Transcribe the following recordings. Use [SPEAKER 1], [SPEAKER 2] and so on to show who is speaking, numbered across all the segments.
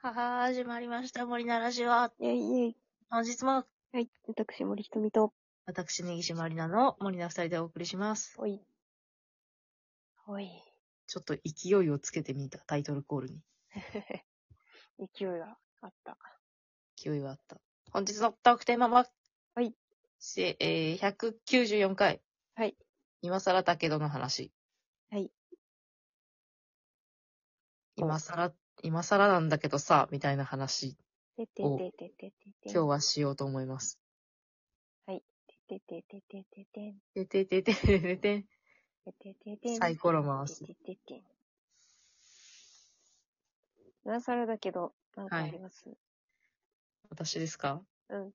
[SPEAKER 1] はは、始まりました。森奈ラジオ。
[SPEAKER 2] いえいえい。
[SPEAKER 1] 本日も、
[SPEAKER 2] はい。私、森ひとみと。
[SPEAKER 1] 私、根岸まりなの森奈二人でお送りします。
[SPEAKER 2] おい。おい。
[SPEAKER 1] ちょっと勢いをつけてみた、タイトルコールに。
[SPEAKER 2] 勢いがあった。
[SPEAKER 1] 勢いはあった。本日のトークテーマは、
[SPEAKER 2] はい。
[SPEAKER 1] せえー、194回。
[SPEAKER 2] はい。
[SPEAKER 1] 今更だけどの話。
[SPEAKER 2] はい。
[SPEAKER 1] 今更、今更なんだけどさ、みたいな話、
[SPEAKER 2] てて
[SPEAKER 1] お
[SPEAKER 2] ててててて。
[SPEAKER 1] 今日はしようと思います。
[SPEAKER 2] てててててて
[SPEAKER 1] てててててててん。
[SPEAKER 2] てててて
[SPEAKER 1] サイコロ回す
[SPEAKER 2] てててて。今更だけど、なんかあります、
[SPEAKER 1] 私ですか
[SPEAKER 2] うん。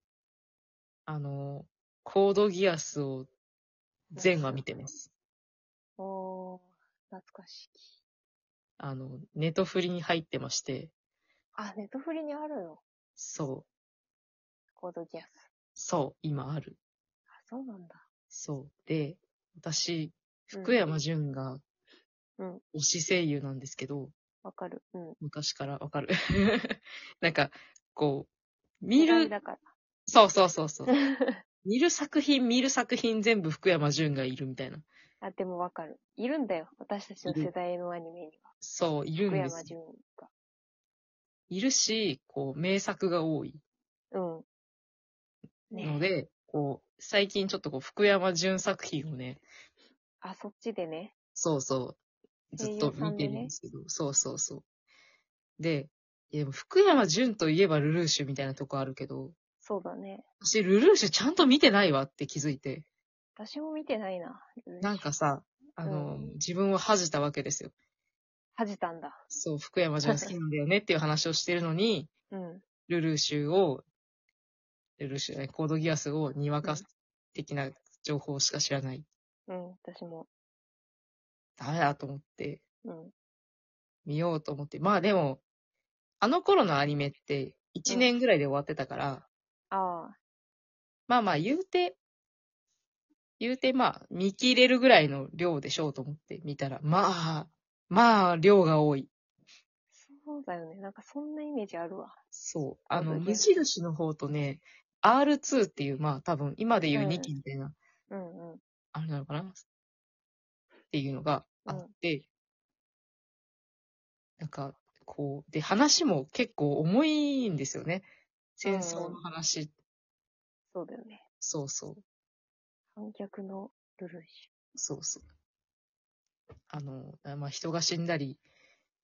[SPEAKER 1] あの、コードギアスを全話見てます。
[SPEAKER 2] おー、懐かしき。
[SPEAKER 1] あの、ネトフリに入ってまして、
[SPEAKER 2] あ、ネットフリにあるの
[SPEAKER 1] そう、
[SPEAKER 2] コードギアス。
[SPEAKER 1] そう、今ある。
[SPEAKER 2] あ、そうなんだ。
[SPEAKER 1] そう。で、私、
[SPEAKER 2] うん
[SPEAKER 1] 福山潤が
[SPEAKER 2] うん、
[SPEAKER 1] 推し声優なんですけど、
[SPEAKER 2] わかる。うん。
[SPEAKER 1] 昔からわかる。 なんか、こう、見
[SPEAKER 2] 嫌い
[SPEAKER 1] る、
[SPEAKER 2] だから。
[SPEAKER 1] そうそうそう そう。見る作品、見る作品全部福山潤がいるみたいな。
[SPEAKER 2] あ、でもわかる。いるんだよ。私たちの世代のアニメには。
[SPEAKER 1] そう、いるん
[SPEAKER 2] 福
[SPEAKER 1] で
[SPEAKER 2] 山
[SPEAKER 1] す。
[SPEAKER 2] 潤が。
[SPEAKER 1] いるし、こう、名作が多い。
[SPEAKER 2] うん。
[SPEAKER 1] ので、こう、最近ちょっとこう、福山潤作品をね、
[SPEAKER 2] あ、そっちでね。
[SPEAKER 1] そうそう、ずっと
[SPEAKER 2] 声優さ
[SPEAKER 1] 見
[SPEAKER 2] ん
[SPEAKER 1] て
[SPEAKER 2] でね
[SPEAKER 1] るんですけど、そうそうそう。で、いやでも福山潤といえばルルーシュみたいなとこあるけど、
[SPEAKER 2] そうだね。
[SPEAKER 1] 私ルルーシュちゃんと見てないわって気づいて、
[SPEAKER 2] 私も見てないな。
[SPEAKER 1] なんかさ、あの、
[SPEAKER 2] うん
[SPEAKER 1] 自分を恥じたわけですよ。
[SPEAKER 2] 恥じたんだ。
[SPEAKER 1] そう、福山潤好きなんだよねっていう話をしてるのに、
[SPEAKER 2] うん。
[SPEAKER 1] ルルーシュを、ルルーシュね、コードギアスをにわか的な情報しか知らない。
[SPEAKER 2] うん。私も。
[SPEAKER 1] ダメだと思って、
[SPEAKER 2] うん。
[SPEAKER 1] 見ようと思って。まあでも、あの頃のアニメって1年ぐらいで終わってたから、
[SPEAKER 2] ああ。
[SPEAKER 1] まあまあ言うて、言うてまあ見切れるぐらいの量でしょうと思って見たら、まあ、まあ量が多い。
[SPEAKER 2] そうだよね。なんかそんなイメージあるわ。
[SPEAKER 1] そう。あ
[SPEAKER 2] そ
[SPEAKER 1] の、
[SPEAKER 2] うだね
[SPEAKER 1] 無印の方とね、R2 っていう、まあ多分今で言う
[SPEAKER 2] はいはい
[SPEAKER 1] 2期みたいな、
[SPEAKER 2] うんうん。
[SPEAKER 1] あれなのかなっていうのがあって、なんか、こう、で、話も結構重いんですよね。戦争の話
[SPEAKER 2] そうだよね。
[SPEAKER 1] そうそう。
[SPEAKER 2] 観客のルルーシ
[SPEAKER 1] そうそう。あの、まあ、人が死んだり、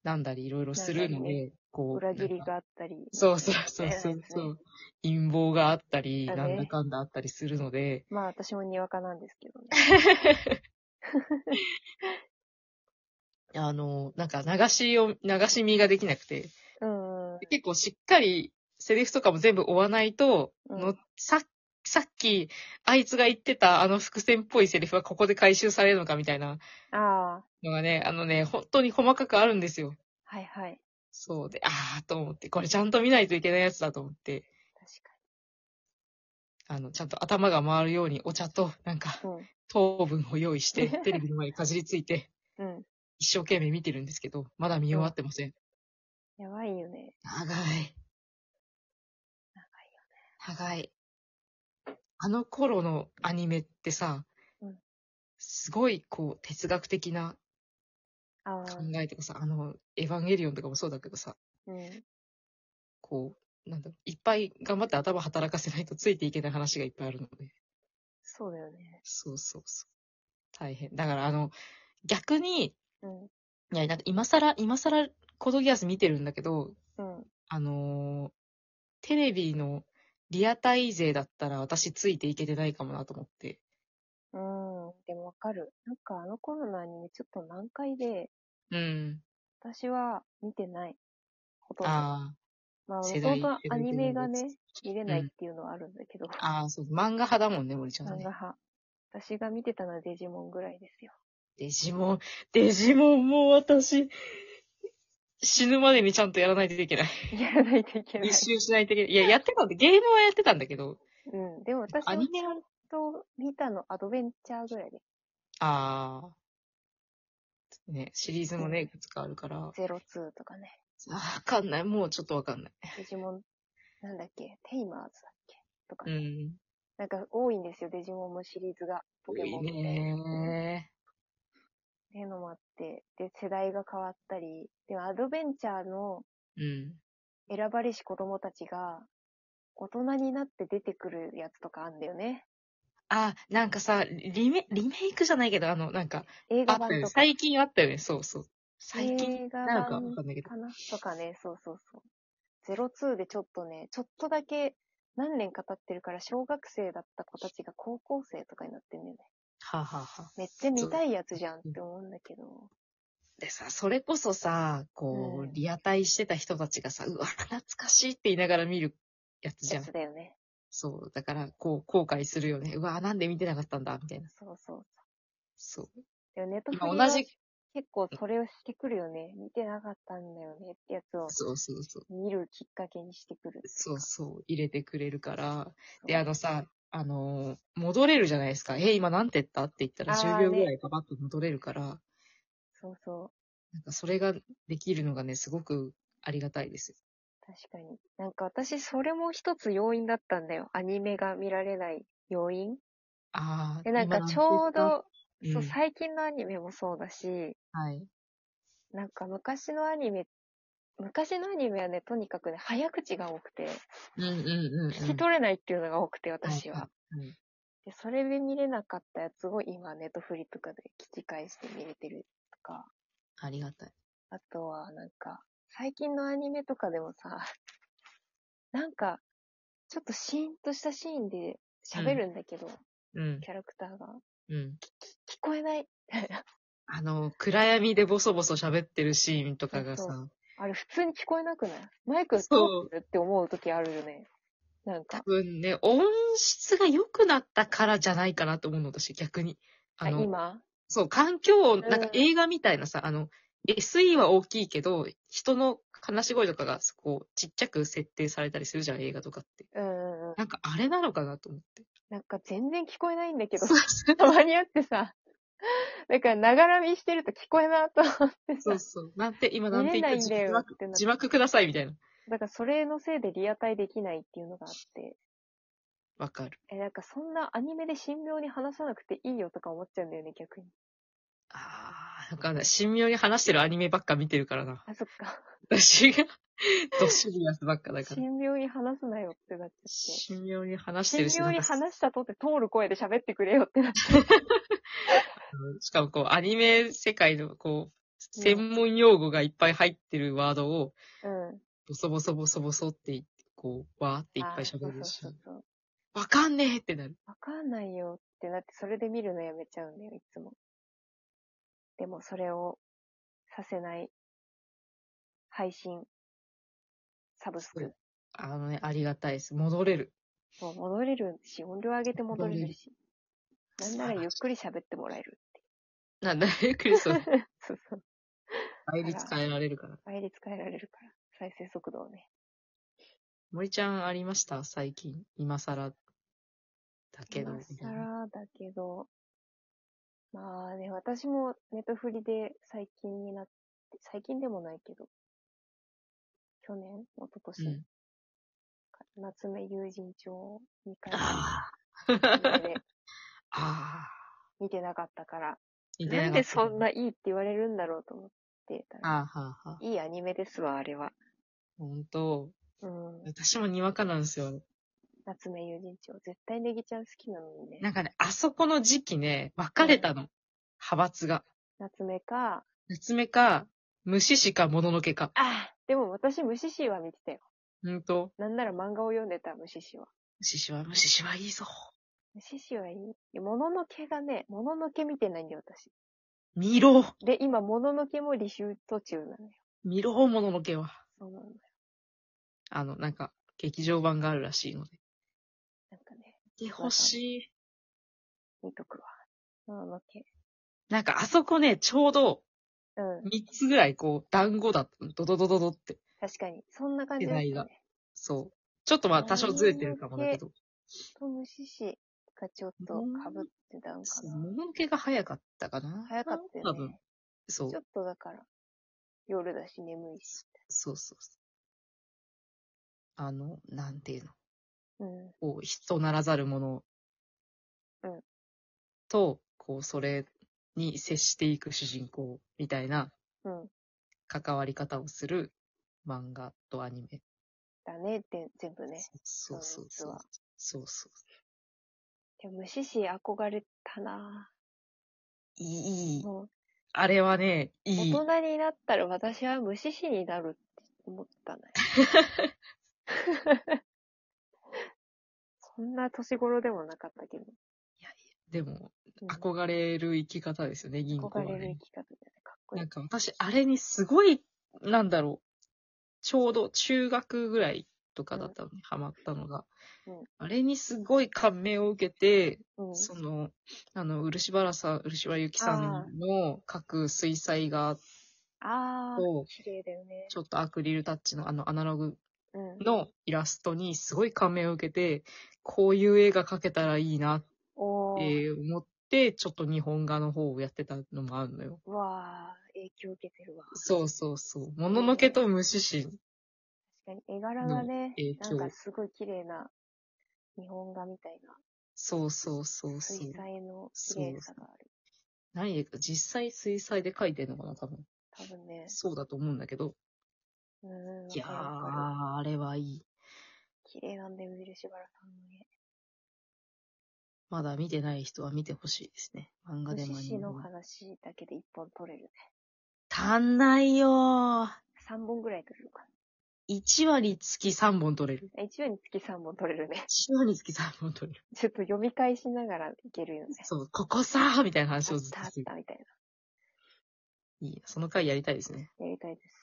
[SPEAKER 1] なんだりいろいろするの
[SPEAKER 2] なんか
[SPEAKER 1] で、こ
[SPEAKER 2] ュ。
[SPEAKER 1] う。
[SPEAKER 2] 裏切
[SPEAKER 1] な
[SPEAKER 2] り
[SPEAKER 1] んか。
[SPEAKER 2] があったり。
[SPEAKER 1] そうそうそう
[SPEAKER 2] ね
[SPEAKER 1] そう
[SPEAKER 2] な
[SPEAKER 1] そ
[SPEAKER 2] ん
[SPEAKER 1] う。陰謀があったり、
[SPEAKER 2] だね
[SPEAKER 1] なんだかんだあったりするので、
[SPEAKER 2] まあ私もにわかなんですけどね。
[SPEAKER 1] あの、なんか流しを、流し見ができなくて、
[SPEAKER 2] うんうん。
[SPEAKER 1] 結構しっかりセリフとかも全部追わないと、
[SPEAKER 2] うん
[SPEAKER 1] のささっき、あいつが言ってたあの伏線っぽいセリフはここで回収されるのかみたいな
[SPEAKER 2] ああ。
[SPEAKER 1] のがね、あのね、本当に細かくあるんですよ。
[SPEAKER 2] はいはい。
[SPEAKER 1] そうで、あーと思って、これちゃんと見ないといけないやつだと思って、
[SPEAKER 2] 確
[SPEAKER 1] あの、ちゃんと頭が回るようにお茶と、なんか、
[SPEAKER 2] かに。
[SPEAKER 1] 糖分を用意 して、テレビの前にかじりついて、
[SPEAKER 2] うん。うん。
[SPEAKER 1] 一生懸命見てるんですけど、まだ見終わってません。
[SPEAKER 2] やばいよね。
[SPEAKER 1] 長い。
[SPEAKER 2] 長いよ。
[SPEAKER 1] 長い。あの頃のアニメってさ
[SPEAKER 2] うん、
[SPEAKER 1] すごい、こう、哲学的な
[SPEAKER 2] ああ
[SPEAKER 1] 考。えとかさ、あの、エヴァンゲリオンとかもそうだけどさ、
[SPEAKER 2] うん。
[SPEAKER 1] こう、なんだろう、いっぱい頑張って頭働かせないとついていけない話がいっぱいあるので。
[SPEAKER 2] そうだよね。
[SPEAKER 1] そうそうそう。大変。だから、あの、逆に、
[SPEAKER 2] うん。
[SPEAKER 1] いや、なんか今更、今更、コードギアス見てるんだけど、
[SPEAKER 2] うん。
[SPEAKER 1] あのーテレビのリアタイ勢だったら私ついていけてないかもなと思って。
[SPEAKER 2] うん、でもわかる。なんかあの頃のアニメちょっと難解で、
[SPEAKER 1] うん。
[SPEAKER 2] 私は見てない。ほとんど。
[SPEAKER 1] あ
[SPEAKER 2] まあ、もと
[SPEAKER 1] 世代
[SPEAKER 2] もと
[SPEAKER 1] 世代
[SPEAKER 2] アニメが
[SPEAKER 1] 的な
[SPEAKER 2] ね
[SPEAKER 1] や、
[SPEAKER 2] 見れないっていうのはあるんだけど、
[SPEAKER 1] あ、ああ、そう、漫画派だもんね、森ちゃんは
[SPEAKER 2] 漫画
[SPEAKER 1] ね。
[SPEAKER 2] 派。私が見てたのはデジモンぐらいですよ。
[SPEAKER 1] デジモン、デジモンもう私、死ぬまでにちゃんとやらないといけない。
[SPEAKER 2] やらないといけない
[SPEAKER 1] 一。周しないといけない。いや、やってたんで、ゲームはやってたんだけど、
[SPEAKER 2] うん。でも私
[SPEAKER 1] ア
[SPEAKER 2] も
[SPEAKER 1] ニ
[SPEAKER 2] ち
[SPEAKER 1] メ
[SPEAKER 2] ゃ
[SPEAKER 1] は
[SPEAKER 2] んと見たのアドベンチャーぐらいで。
[SPEAKER 1] ああ。ね、シリーズもね、いくつかあるから、
[SPEAKER 2] ゼロツーとかね。
[SPEAKER 1] わかんない。もうちょっとわかんない。
[SPEAKER 2] デジモン、なんだっけ、テイマーズだっけとか、
[SPEAKER 1] うん。
[SPEAKER 2] なんか多いんですよ、デジモンのシリーズが。ポ
[SPEAKER 1] 多
[SPEAKER 2] ケ
[SPEAKER 1] い
[SPEAKER 2] モンって。
[SPEAKER 1] ね
[SPEAKER 2] っていうのもあって、で、世代が変わったり、でもアドベンチャーの
[SPEAKER 1] うん。
[SPEAKER 2] 選ばれし子供たちが、大人になって出てくるやつとかあんだよね。
[SPEAKER 1] あ、なんかさ、リメ、リメイクじゃないけど、あの、なんか、
[SPEAKER 2] 映
[SPEAKER 1] あ
[SPEAKER 2] 画
[SPEAKER 1] ったよ
[SPEAKER 2] 版
[SPEAKER 1] ね。
[SPEAKER 2] とか。
[SPEAKER 1] 最近あったよね。そうそう。最近
[SPEAKER 2] 映画
[SPEAKER 1] なのか
[SPEAKER 2] 版
[SPEAKER 1] わかんないけど。
[SPEAKER 2] かなとかね、そうそうそう。ゼロツーでちょっとね、ちょっとだけ何年か経ってるから、小学生だった子たちが高校生とかになってんだよね。
[SPEAKER 1] はあ、はあはあ
[SPEAKER 2] めっちゃ見たいやつじゃんって思うんだけど。
[SPEAKER 1] でさ、それこそさ、こ
[SPEAKER 2] う
[SPEAKER 1] う、
[SPEAKER 2] ん
[SPEAKER 1] リアタイしてた人たちがさ、うわ、懐かしいって言いながら見るやつじゃ
[SPEAKER 2] や
[SPEAKER 1] ん
[SPEAKER 2] つ。だよね。
[SPEAKER 1] そう。だから、こう、後悔するよね。うわ、なんで見てなかったんだ、みたいな。
[SPEAKER 2] そうそうそ
[SPEAKER 1] そう。
[SPEAKER 2] う。でもネットフリ
[SPEAKER 1] 今
[SPEAKER 2] は
[SPEAKER 1] 同じ、
[SPEAKER 2] 結構それをしてくるよね。見てなかったんだよねってやつを
[SPEAKER 1] そうそうそう。
[SPEAKER 2] 見るきっかけにしてくる。
[SPEAKER 1] そうそう、入れてくれるから。
[SPEAKER 2] そう
[SPEAKER 1] で、あのさ、あのー戻れるじゃないですか。え、今なんて言ったって言ったら
[SPEAKER 2] あー
[SPEAKER 1] 10
[SPEAKER 2] ね
[SPEAKER 1] 秒ぐらいパパッと戻れるから、
[SPEAKER 2] そうそ
[SPEAKER 1] なんかそれができるのがね、すごくありがたいですよ。
[SPEAKER 2] う。確かに。なんか私それも一つ要因だったんだよ。アニメが見られない要因。
[SPEAKER 1] ああ、
[SPEAKER 2] で、なんかちょう
[SPEAKER 1] 今
[SPEAKER 2] ど、そ
[SPEAKER 1] なん
[SPEAKER 2] う、
[SPEAKER 1] て言った、
[SPEAKER 2] 最近のアニメもそうだし、
[SPEAKER 1] うんはい。
[SPEAKER 2] なんか昔のアニメ、昔のアニメはね、とにかくね、早口が多くて、
[SPEAKER 1] うんうんうん、うん。
[SPEAKER 2] 聞き取れないっていうのが多くて、私は。
[SPEAKER 1] いはい
[SPEAKER 2] で、それで見れなかったやつを今、ネットフリとかで聞き返して見れてるとか、
[SPEAKER 1] ありがたい。
[SPEAKER 2] あとは、なんか、最近のアニメとかでもさ、 なんか、ちょっとシーンとしたシーンで喋るんだけど、
[SPEAKER 1] うん、
[SPEAKER 2] キャラクターが、
[SPEAKER 1] うん。
[SPEAKER 2] 聞こえない。
[SPEAKER 1] あの、暗闇でボソボソ喋ってるシーンとかが
[SPEAKER 2] そう
[SPEAKER 1] さ、
[SPEAKER 2] あれ、普通に聞こえなくないマイク通
[SPEAKER 1] そう
[SPEAKER 2] ってるって思う時あるよね。なん
[SPEAKER 1] 多
[SPEAKER 2] か、
[SPEAKER 1] 分ね、音質が良くなったからじゃないかなと思うの、私、逆に。
[SPEAKER 2] あ、
[SPEAKER 1] の、
[SPEAKER 2] 今
[SPEAKER 1] そう、環境音、
[SPEAKER 2] うん
[SPEAKER 1] なんか映画みたいなさ、あの、SE は大きいけど、人の話し声とかが、こう、ちっちゃく設定されたりするじゃん、映画とかって。
[SPEAKER 2] うんうんうん。
[SPEAKER 1] なんか、あれなのかなと思っ て。
[SPEAKER 2] なんか全然聞こえないんだけど
[SPEAKER 1] そ、うそう
[SPEAKER 2] たまにあってさ、だから、ながら見してると聞こえなと思って
[SPEAKER 1] そう
[SPEAKER 2] さ、
[SPEAKER 1] そう。なんて、今なん
[SPEAKER 2] 見
[SPEAKER 1] て
[SPEAKER 2] れ
[SPEAKER 1] 言った
[SPEAKER 2] ないん
[SPEAKER 1] 字
[SPEAKER 2] だよっ
[SPEAKER 1] 幕
[SPEAKER 2] てなって
[SPEAKER 1] 字幕くださいみたいな。
[SPEAKER 2] だからそれのせいでリアタイできないっていうのがあって、
[SPEAKER 1] わかる。
[SPEAKER 2] え、なんかそんなアニメで神妙に話さなくていいよとか思っちゃうんだよね、逆に。
[SPEAKER 1] あー、わかんない。神妙に話してるアニメばっか見てるからな。
[SPEAKER 2] あ、そっか。
[SPEAKER 1] 私が、どっしりやつばっかだから。
[SPEAKER 2] 神妙に話すなよってなっちゃって。
[SPEAKER 1] 神妙に話して
[SPEAKER 2] 神
[SPEAKER 1] るし、
[SPEAKER 2] 妙に
[SPEAKER 1] なんか
[SPEAKER 2] 話したとって通る声で喋ってくれよってなっちゃ
[SPEAKER 1] しかもこう、アニメ世界の、こう、専門用語がいっぱい入ってるワードを、
[SPEAKER 2] う。うん。
[SPEAKER 1] ボソボソボソボソって言って、こう、わーっていっぱい喋るし
[SPEAKER 2] あーそうそうそ、うそう。
[SPEAKER 1] わかんねえってなる。
[SPEAKER 2] わかんないよってなって、それで見るのやめちゃうんだよ、いつも。でもそれをさせない配信、サブスク。
[SPEAKER 1] あのね、ありがたいです。戻れる。
[SPEAKER 2] もう戻れるし、音量上げて戻れ
[SPEAKER 1] 戻れ
[SPEAKER 2] る
[SPEAKER 1] る
[SPEAKER 2] し。なんならゆっくり喋ってもらえる
[SPEAKER 1] なんだ、ゆっくりそう。
[SPEAKER 2] っていう。そうそう。
[SPEAKER 1] 倍率変えられるから。
[SPEAKER 2] 倍率変えられるから、再生速度をね。
[SPEAKER 1] 森ちゃんありました最近。今更。だけど。
[SPEAKER 2] 今更だけど、まあね、私もネトフリで最近になって、最近でもないけど、去年一昨
[SPEAKER 1] う
[SPEAKER 2] 年
[SPEAKER 1] ん。
[SPEAKER 2] か、夏目友人帳を2回
[SPEAKER 1] あ
[SPEAKER 2] 目
[SPEAKER 1] あ。
[SPEAKER 2] で
[SPEAKER 1] ああ。
[SPEAKER 2] 見てなかった から、
[SPEAKER 1] 似て
[SPEAKER 2] な
[SPEAKER 1] か
[SPEAKER 2] ん
[SPEAKER 1] っ
[SPEAKER 2] で
[SPEAKER 1] た
[SPEAKER 2] そん。ないいって言われるんだろうと思ってたら、
[SPEAKER 1] ああ、はあ、はあ。
[SPEAKER 2] いいアニメですわ、あれは。
[SPEAKER 1] ほんと。
[SPEAKER 2] うん。
[SPEAKER 1] 私もにわかなんですよ。
[SPEAKER 2] 夏目友人帳。絶対ネギちゃん好きなの
[SPEAKER 1] な
[SPEAKER 2] にね。
[SPEAKER 1] んかね、あそこの時期ね、別れたの。派閥が。
[SPEAKER 2] 夏目か、
[SPEAKER 1] 夏目か、虫しかもののけか。
[SPEAKER 2] あでも私、無視シーは見てたよ。
[SPEAKER 1] ほんと。
[SPEAKER 2] なんなら漫画を読んでた、無視シーは。
[SPEAKER 1] 虫しは、虫しはいいぞ。
[SPEAKER 2] 無視シーはいい。でもののけがね、もののけ見てないんだよ、私。
[SPEAKER 1] 見ろ
[SPEAKER 2] で、今、もののけも履修途中なのよ。
[SPEAKER 1] 見ろ、もののけは。
[SPEAKER 2] そうなのよ。
[SPEAKER 1] あの、なんか、劇場版があるらしいので。
[SPEAKER 2] なんかね、
[SPEAKER 1] 見てほしい。
[SPEAKER 2] 見とくわ。もののけ。
[SPEAKER 1] なんか、あそこね、ちょうど、
[SPEAKER 2] うん。
[SPEAKER 1] 3つぐらい、こう、団子だったの。ドドドドドって。
[SPEAKER 2] 確かに。そんな感じだ
[SPEAKER 1] 世代
[SPEAKER 2] った
[SPEAKER 1] が
[SPEAKER 2] ね。
[SPEAKER 1] そう。ちょっとまあ、多少ずれてるかもだけど。
[SPEAKER 2] と、無視シーがちょっと被ってたんか
[SPEAKER 1] そう
[SPEAKER 2] な。
[SPEAKER 1] もののけが早かったかな。
[SPEAKER 2] 早かったよね
[SPEAKER 1] 多分。そう
[SPEAKER 2] ちょ。っとだから、夜だし眠いし。
[SPEAKER 1] そうそうそう。あの、なんていうの、
[SPEAKER 2] うん。
[SPEAKER 1] こう、人ならざるもの
[SPEAKER 2] うん
[SPEAKER 1] と、こう、それに接していく主人公みたいな
[SPEAKER 2] うん。
[SPEAKER 1] 関わり方をする漫画とアニメ。
[SPEAKER 2] だねって、全部ね。
[SPEAKER 1] そうそう
[SPEAKER 2] そ
[SPEAKER 1] そうう
[SPEAKER 2] 実は。
[SPEAKER 1] そうそう。
[SPEAKER 2] でも、獅子憧れたない
[SPEAKER 1] い、いい。
[SPEAKER 2] もう、
[SPEAKER 1] あれはね、いい。
[SPEAKER 2] 大人になったら私は無視しになるって思ったね。そんな年頃でもなかったけど。
[SPEAKER 1] でも、
[SPEAKER 2] うん
[SPEAKER 1] 憧れる生き方ですよね、銀行は
[SPEAKER 2] 憧れる
[SPEAKER 1] ね
[SPEAKER 2] 生。き方だよね。かっこいい
[SPEAKER 1] なん。か私、あれにすごい、なんだろう。ちょうど中学ぐらいとかだったのに、ハマったのが
[SPEAKER 2] うん。
[SPEAKER 1] あれにすごい感銘を受けて、
[SPEAKER 2] うん。
[SPEAKER 1] その、あの、漆原さん、漆原ゆきさんの書く水彩画
[SPEAKER 2] ああ、
[SPEAKER 1] と、
[SPEAKER 2] 綺麗だよね。
[SPEAKER 1] ちょっとアクリルタッチのあのアナログ
[SPEAKER 2] うん。
[SPEAKER 1] のイラストにすごい感銘を受けて、こういう絵が描けたらいいなっ
[SPEAKER 2] おー。
[SPEAKER 1] て思って、ちょっと日本画の方をやってたのもあるのよ。
[SPEAKER 2] わあ、影響受けてるわ。
[SPEAKER 1] そうそうそう。もののけと無視心。
[SPEAKER 2] 確かに、絵柄がね
[SPEAKER 1] 影、
[SPEAKER 2] な
[SPEAKER 1] 響
[SPEAKER 2] んかすごい綺麗な、日本画みたいな、
[SPEAKER 1] そうそうそうそう。
[SPEAKER 2] 水彩の綺麗さがある。
[SPEAKER 1] 何で実際水彩で描いてんのかな、多分。
[SPEAKER 2] 多分ね。
[SPEAKER 1] そうだと思うんだけど。
[SPEAKER 2] うーん。
[SPEAKER 1] いやー、
[SPEAKER 2] わかるわか
[SPEAKER 1] あれはいい。
[SPEAKER 2] る綺麗なんだよ、漆原さんの絵。
[SPEAKER 1] まだ見てない人は見てほしいですね。漫画でもアニ
[SPEAKER 2] 虫
[SPEAKER 1] メ
[SPEAKER 2] 師
[SPEAKER 1] で
[SPEAKER 2] の
[SPEAKER 1] も。
[SPEAKER 2] 話だけで一本取れるね。
[SPEAKER 1] 足んないよー。
[SPEAKER 2] 三本ぐらい取れるか
[SPEAKER 1] 1話につき3本取れる。
[SPEAKER 2] な。一話につき三本取れるね。
[SPEAKER 1] 1話につき3本取れる。
[SPEAKER 2] ちょっと読み返しながらいけるよね。
[SPEAKER 1] そう、ここさーみたいな話
[SPEAKER 2] あ
[SPEAKER 1] を
[SPEAKER 2] っ
[SPEAKER 1] ずった
[SPEAKER 2] あ
[SPEAKER 1] と
[SPEAKER 2] っ
[SPEAKER 1] する。
[SPEAKER 2] たみたい
[SPEAKER 1] いい。その回やりたいですね。
[SPEAKER 2] な。やりたいです。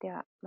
[SPEAKER 2] では、また。